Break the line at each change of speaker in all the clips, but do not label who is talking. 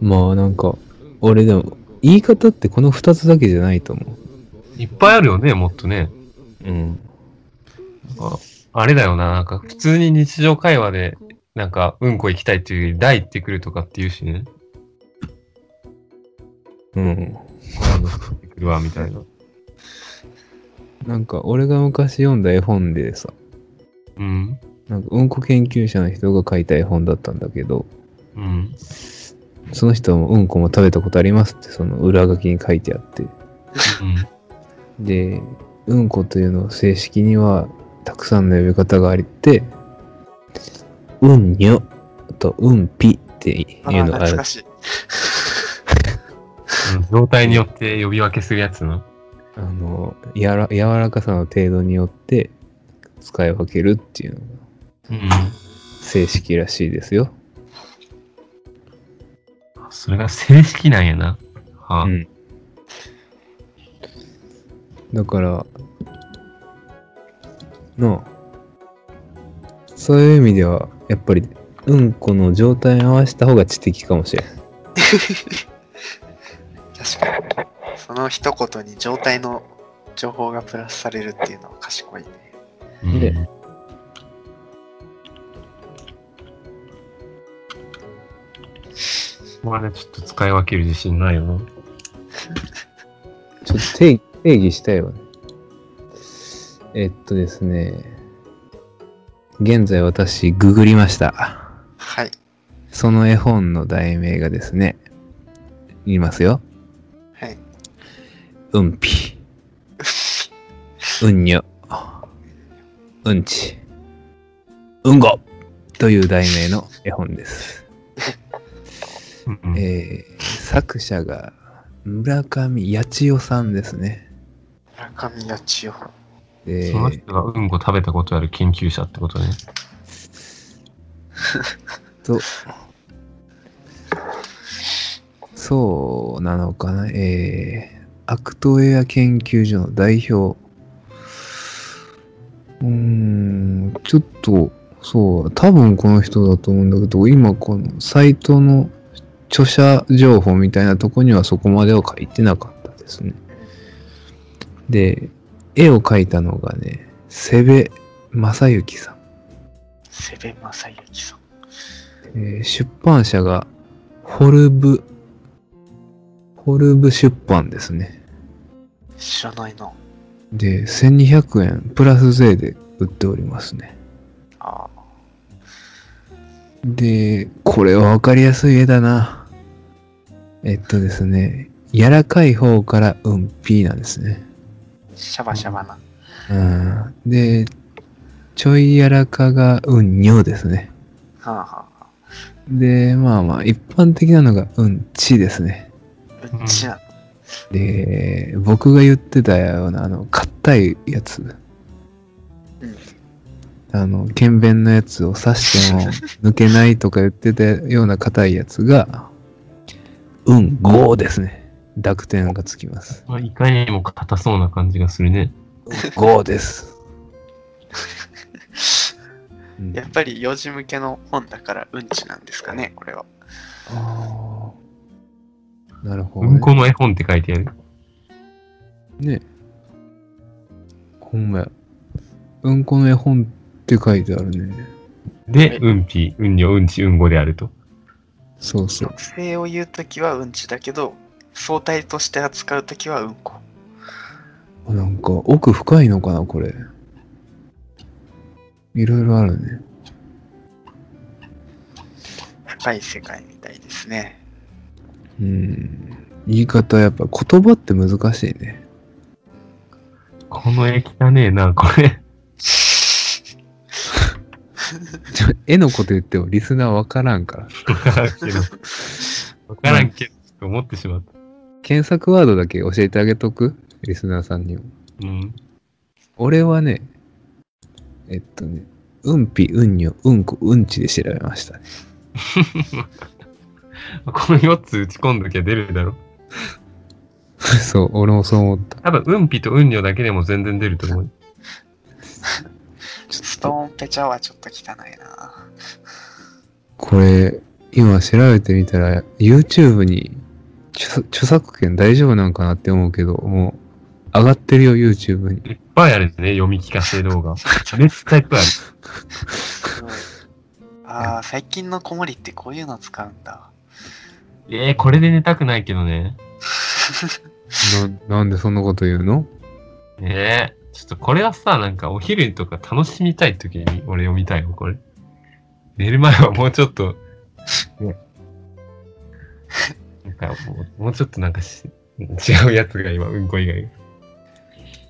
まあなんか、俺でも、言い方ってこの二つだけじゃないと思
いっぱいあるよね、もっとね。
う。うん。
ああれだよな、なんか普通に日常会話で、なんか、うんこ行きたいっていうより、大行ってくるとかっていうしね。
うん。
あの行ってくるわ、みたいな。
なんか、俺が昔読んだ絵本でさ、
うん。
なんか、うんこ研究者の人が書いた絵本だったんだけど、
うん。
その人もうんこも食べたことありますって、その裏書きに書いてあって。
うん。
で、うんこというのは正式にはたくさんの呼び方がありって、うんにょとうんぴって
あ
いう
ー
のがあ
懐
る
か。しい。
状態によって呼び分けするやつな。
あのやら、柔らかさの程度によって使い分けるっていうのが
うん。
正式らしいですよ。
それが正式なんやな。はあ、
うんだから、なあ、そういう意味では、やっぱり、うんこの状態に合わせた方が知的かもしれん。
確かに。その一言に状態の情報がプラスされるっていうのは賢いね。
うん
で
まあね、ちょっと使い分ける自信ないよな。
ちょっと定定義したいわね。えっとですね、現在私、ググりました。
はい。
その絵本の題名がですね、言いますよ。
はい。
うんぴ。うんにょ。うんち。うんごという題名の絵本です。
うん
えー作者が村上八千代さんですね。
村上八千代。
で
その人がうんこ食べたことある研究者ってことね。
と、そうなのかな、えー、アクトウェア研究所の代表。うーん、ちょっと、そう、多分この人だと思うんだけど、今このサイトの著者情報みたいなとこにはそこまでは書いてなかったですね。で、絵を描いたのがね、瀬部正幸さん。
瀬部正幸さん。
えー出版社がホルブ、ホルブ出版ですね。
知らないな。
で、1200円プラス税で売っておりますね。
あ
で、これはわかりやすい絵だな。えっとですね、柔らかい方からうんぴーなんですね。
あ、シャバシャバな。
うん。で、ちょい柔らかがうんにょですね。
はあは
で、まあまあ、一般的なのがうんちですね。
あ。うっちな。
で、僕が言ってたような、あの、硬いやつ。
うん
あの、剣弁のやつを刺して も抜けないとか言ってたような硬いやつが、うん、ゴーですね。濁点がつきます。
まあ、いかにも硬そうな感じがするね。
ゴー です。うん
やっぱり幼児向けの本だからうんちなんですかね、これは。
あーなるほど、
う
ね。
んこの絵本って書いてある。
ねほんまや。うんこの絵本って書いてあるね。
で、うんぴ、うんにょ、うんち、うんごであると。
そうそう。
属性を言うときはうんちだけど、相対として扱うときはうんこ。
なんか奥深いのかなこれいろいろあるね
深い世界みたいですね。
うん言い方やっぱ言葉って難しいね
この絵汚ねえな、これ。
ちょ絵のこと言ってもリスナーわからんから
わからんけど。わからんけど、ちょっと思ってしまった。
検索ワードだけ教えてあげとくリスナーさんにも
うん。
俺はねえっとねうんぴうんにょうんこうんちで調べましたね
この4つ打ち込んどきゃ出るだろ。
そう俺もそう思った
多分、うんぴとうんにょだけでも全然出ると思う。
ストーンペチャはちょっと汚いな。
これ今調べてみたら YouTube に著著作権大丈夫なんかなって思うけど、もう上がってるよ YouTube に。
いっぱいあるんですね、読み聞かせ動画。めっちゃいっぱいある。
すごい。 ああ、最近の子守ってこういうの使うんだ。
えー、これで寝たくないけどね。
ななんでそんなこと言うの
えー、ちょっとこれはさ、なんかお昼とか楽しみたい時に俺読みたいよ、これ。寝る前はもうちょっと、ね。 なんかもう、もうちょっとなんかし違うやつが今、うんこ以外。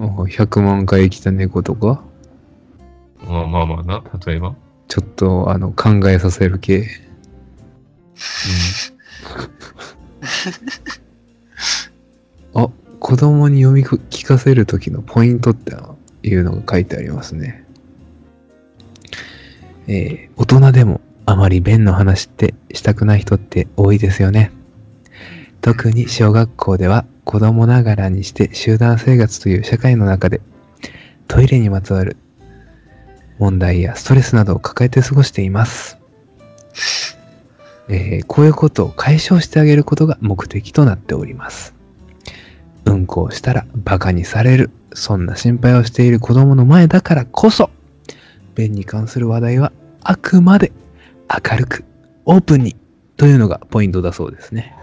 あ ?100 万回生きた猫とか
まあまあまあな、例えば。うん。
ちょっとあの考えさせる系。子供に読み聞かせる時のポイントっていうのが書いてありますね。えー大人でもあまり便の話ってしたくない人って多いですよね。特に小学校では子供ながらにして集団生活という社会の中でトイレにまつわる問題やストレスなどを抱えて過ごしています。えーこういうことを解消してあげることが目的となっております。うんこをしたらバカにされる。そんな心配をしている子供の前だからこそ、便に関する話題はあくまで明るくオープンにというのがポイントだそうですね。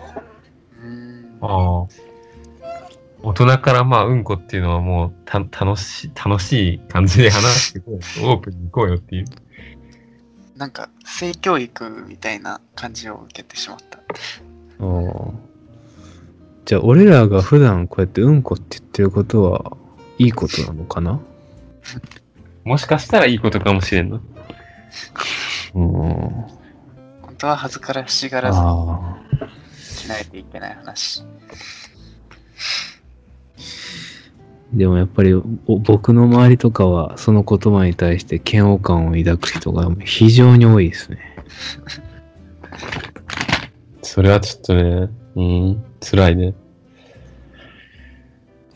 うーん。
ああ。大人からまあ、うんこっていうのはもうた、楽しい、楽しい感じで話していこ うよ。オープンに行こうよっていう。
なんか、性教育みたいな感じを受けてしまった。
じゃあ俺らが普段こうやってうんこって言ってることはいいことなのかな
もしかしたらいいことかもしれんな。
うん。
本当は恥ずかしがらずに
あ
しないといけない話。
ーでもやっぱりお僕の周りとかはその言葉に対して嫌悪感を抱く人が非常に多いですね。
それはちょっとね、うん、辛いね。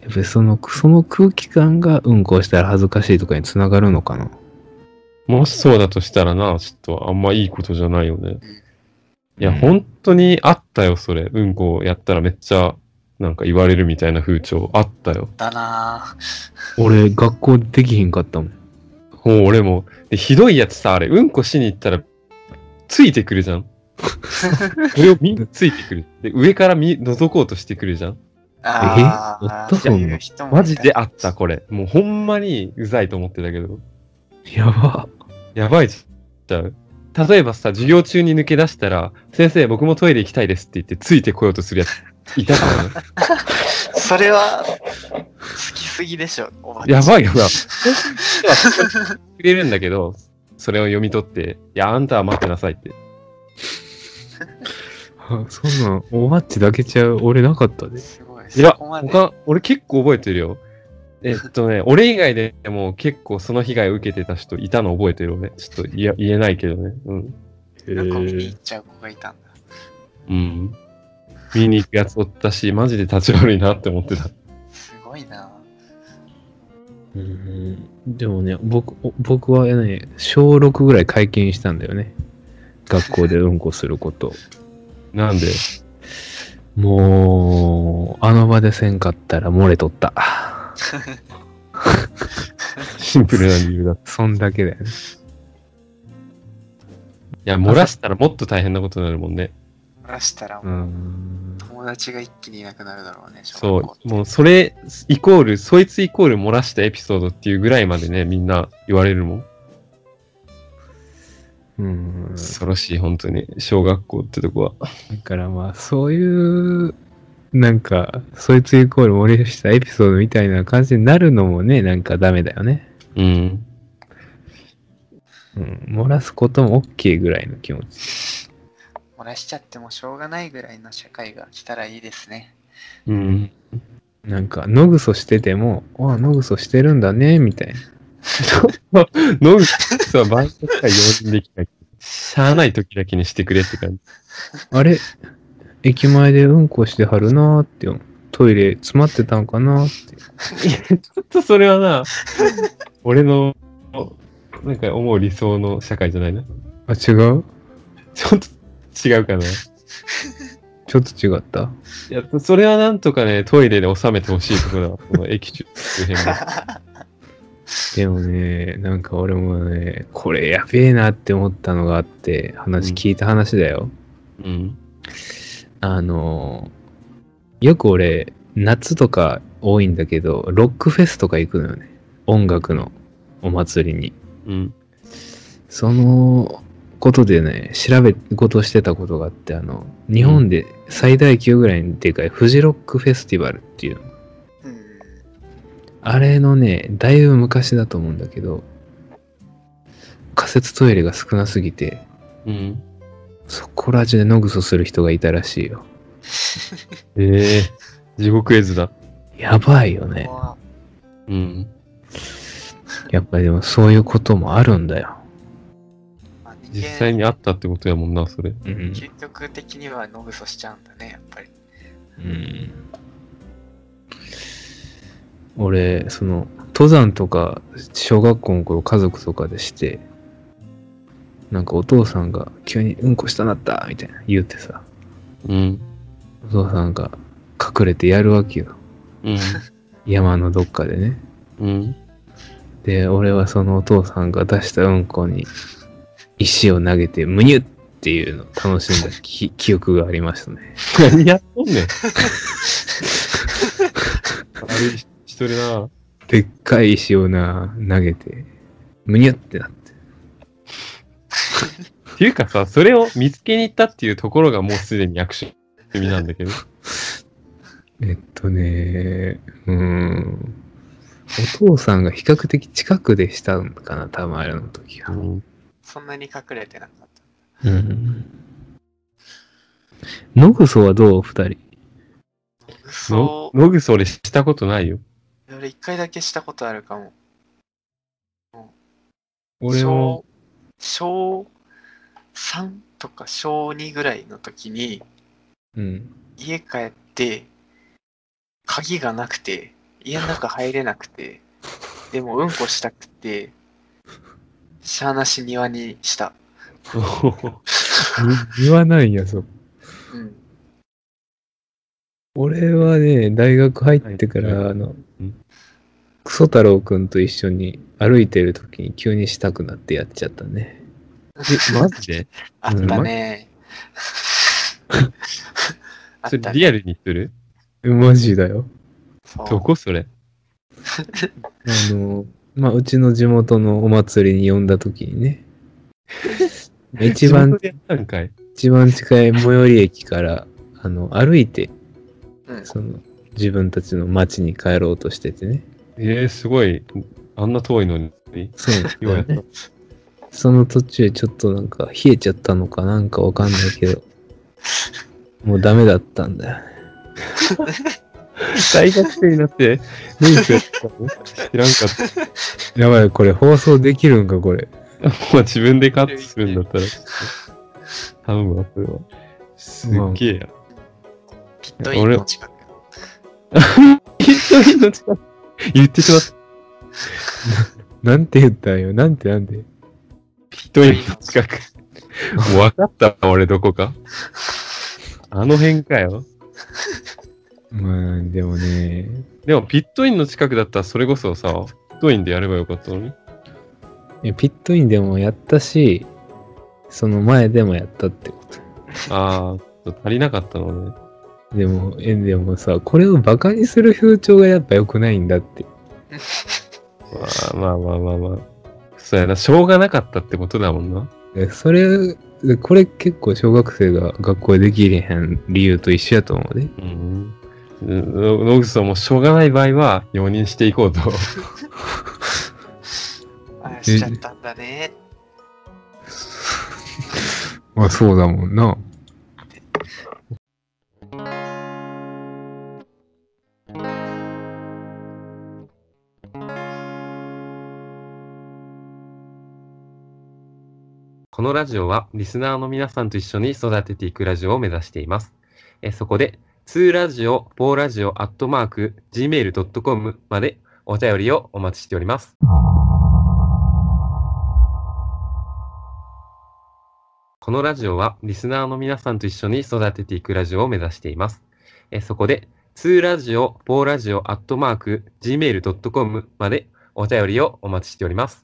やっぱりその、その空気感がうんこをしたら恥ずかしいとかにつながるのかな。
もしそうだとしたらな、ちょっとあんまいいことじゃないよね。いや、
うん
本当にあったよ、それ。うんこやったらめっちゃ、なんか言われるみたいな風潮あったよ。
だなぁ。
俺、学校できひんかったもん。
もう俺も。で、ひどいやつさ、あれ、うんこしに行ったら、ついてくるじゃん。それをみんなついてくる。で、上から見、覗こうとしてくるじゃん。
あ
やっ
あ、
た
そう
そん
い
な
う人もいた
マジであった、これ。もうほんまにうざいと思ってたけど。
やば。
やばいじゃん。例えばさ、授業中に抜け出したら、先生、僕もトイレ行きたいですって言って、ついてこようとするやつ、いたから ね。
それは、好きすぎでしょ、おば
や
い。
ばいよな。くれるんだけど、それを読み取って、いや、あんたは待ってなさいって。
そんなん、おばっちだけちゃう。俺なかったで。
すごい。
いや、
そこまで。
他、俺結構覚えてるよ。えっと ね、俺以外でも結構その被害を受けてた人いたの覚えてるよね。ちょっといや言えないけどね。うん。
なんか見に行っちゃう子がいたんだ。
うん。見に行くやつおったし、マジで立ち悪いなって思ってた。
すごいな
うん。でもね、僕、お僕はね、小6ぐらい解禁したんだよね。学校でうんこすること。
なんで、
もう、あの場でせんかったら漏れとった。
シンプルな理由だ。い
そんだけだよね。
や、漏らしたらもっと大変なことになるもんね。
ぁ。漏らしたら
う。
もうん友達が一気にいなくなるだろうね、小
そ
学校って
う。もうそれ、イコール、そいつイコール漏らしたエピソードっていうぐらいまでね、みんな言われるもん。
うん。
恐ろしい、本当に。小学校ってとこは。
だからまあそういうなんかそいつイコール森下エピソードみたいな感じになるのもねなんかダメだよね、
うん。
うん、漏らすことも OK ぐらいの気持ち
漏らしちゃってもしょうがないぐらいの社会が来たらいいですね。
うん。
なんか野ぐそしてても「ああ野ぐそしてるんだね」みたいな
飲む人はバイトしか容認できない。しゃあない時だけにしてくれって 感じ。
「あれ駅前でうんこしてはるな」って思うトイレ詰まってたんかなって
ちょっとそれはな、俺の、なんか思う理想の社会じゃないな。
あ違う
ちょっと違うかな。い
ちょっと違った
や、それはなんとかね、トイレで収めてほしいところだわ。この駅周辺が。
でもね、なんか俺もね、これやべえなって思ったのがあって、話
うん
聞いた話だよ。
うん。
あのー、よく俺、夏とか多いんだけど、ロックフェスとか行くのよね。音楽のお祭りに。
うん。
そのことでね、調べ事してたことがあって、あの、日本で最大級ぐらいにでかいフジロックフェスティバルっていうの。
うん。
あれのね、だいぶ昔だと思うんだけど、仮設トイレが少なすぎて、
うん。
そこら中でノグソする人がいたらしいよ。
ええ地獄絵図だ。
やばいよね。
怖っ
うん。
やっぱりでもそういうこともあるんだよ。
まあ、人間
実際にあったってことやもんな、それ。
うん。
究極的にはノグソしちゃうんだね、やっぱり。
うん、俺、その、登山とか、小学校の頃家族とかでして、なんかお父さんが急にうんこしたなったみたいな言ってさ、
うん。
お父さんが隠れてやるわけよ。
うん。
山のどっかでね。
うん。
で、俺はそのお父さんが出したうんこに石を投げて、むにゅっていうのを楽しんだき記憶がありましたね。
何やっとん ねん。悪い人してるな。
でっかい石をな、投げて、むにゅってなって。
っていうかさ、それを見つけに行ったっていうところがもうすでに役所組なんだけど。
えっとね、うーん。お父さんが比較的近くでしたのかな、多分あれの時は。
うん。
そんなに隠れてなかっ
うん。ノグソはどう二人。
た。ノグ
の
ソ、
ノグソ俺したことない よ。
俺一回だけしたことあるかも。
俺も、
小、小3とか小2ぐらいの時に、
うん。
家帰って、鍵がなくて、家の中入れなくて、でもうんこしたくて、しゃあなし庭にした。
言わないんや、そ
うん。
俺はね、大学入ってから、
はい
あの
うん、
クソ太郎くんと一緒に歩いてる時に急にしたくなってやっちゃったね。
え、マジで
あったね。 あっ
そ
た
れ
ね。
リアルにする
マジだよ。
そう
どこそ
あ
れ
の、まあ、うちの地元のお祭りに呼んだ時にね、一
地元
番、
でやったんかい。
一番近い最寄り駅から、あの、歩いて、
うん
その、自分たちの町に帰ろうとしててね。
えー、すごい。あんな遠いのに。
そう
ようやった。
その途中ちょっとなんか冷えちゃったのかなんかわかんないけ ど、もうダメだったんだよね。
大学生になって、ノグソやったの知らんかった。
やばい、これ放送できるんか、これ。
まあ自分でカットするんだったら、頼むわ、それは。すっげえや。
ピットインの近く。
一人の近く言ってしまった。
なんて言ったんよ。なんてなんて。
一人の近く。もう分かった、俺どこか。あの辺かよ。
まあ、でもね、
でも、ピットインの近くだったら、それこそさ、ピットインでやればよかったのに。
いやピットインでもやったし、その前でもやったってこと。
ああ、ちょっと足りなかったのね。
でも、え、でもさ、これをバカにする風潮がやっぱ良くないんだって。
まあまあまあまあまあ。そうやな、しょうがなかったってことだもんな。
でそれ、でこれ結構小学生が学校でできれへん理由と一緒やと思うね。
うん。の野口さんもしょうがない場合は、容認していこうと。
ああしちゃったんだね。
まあそうだもんな。
このラジオはリスナーの皆さんと一緒に育てていくラジオを目指しています。えそこで、2ラジオ、4ラジオ、アットマーク、gmail.com までお便りをお待ちしております。ここのラジオはリスナーの皆さんと一緒に育てていくラジオを目指しています。えーそこで、2ラジオ、4ラジオ、アットマーク、gmail.com までお便りをお待ちしております。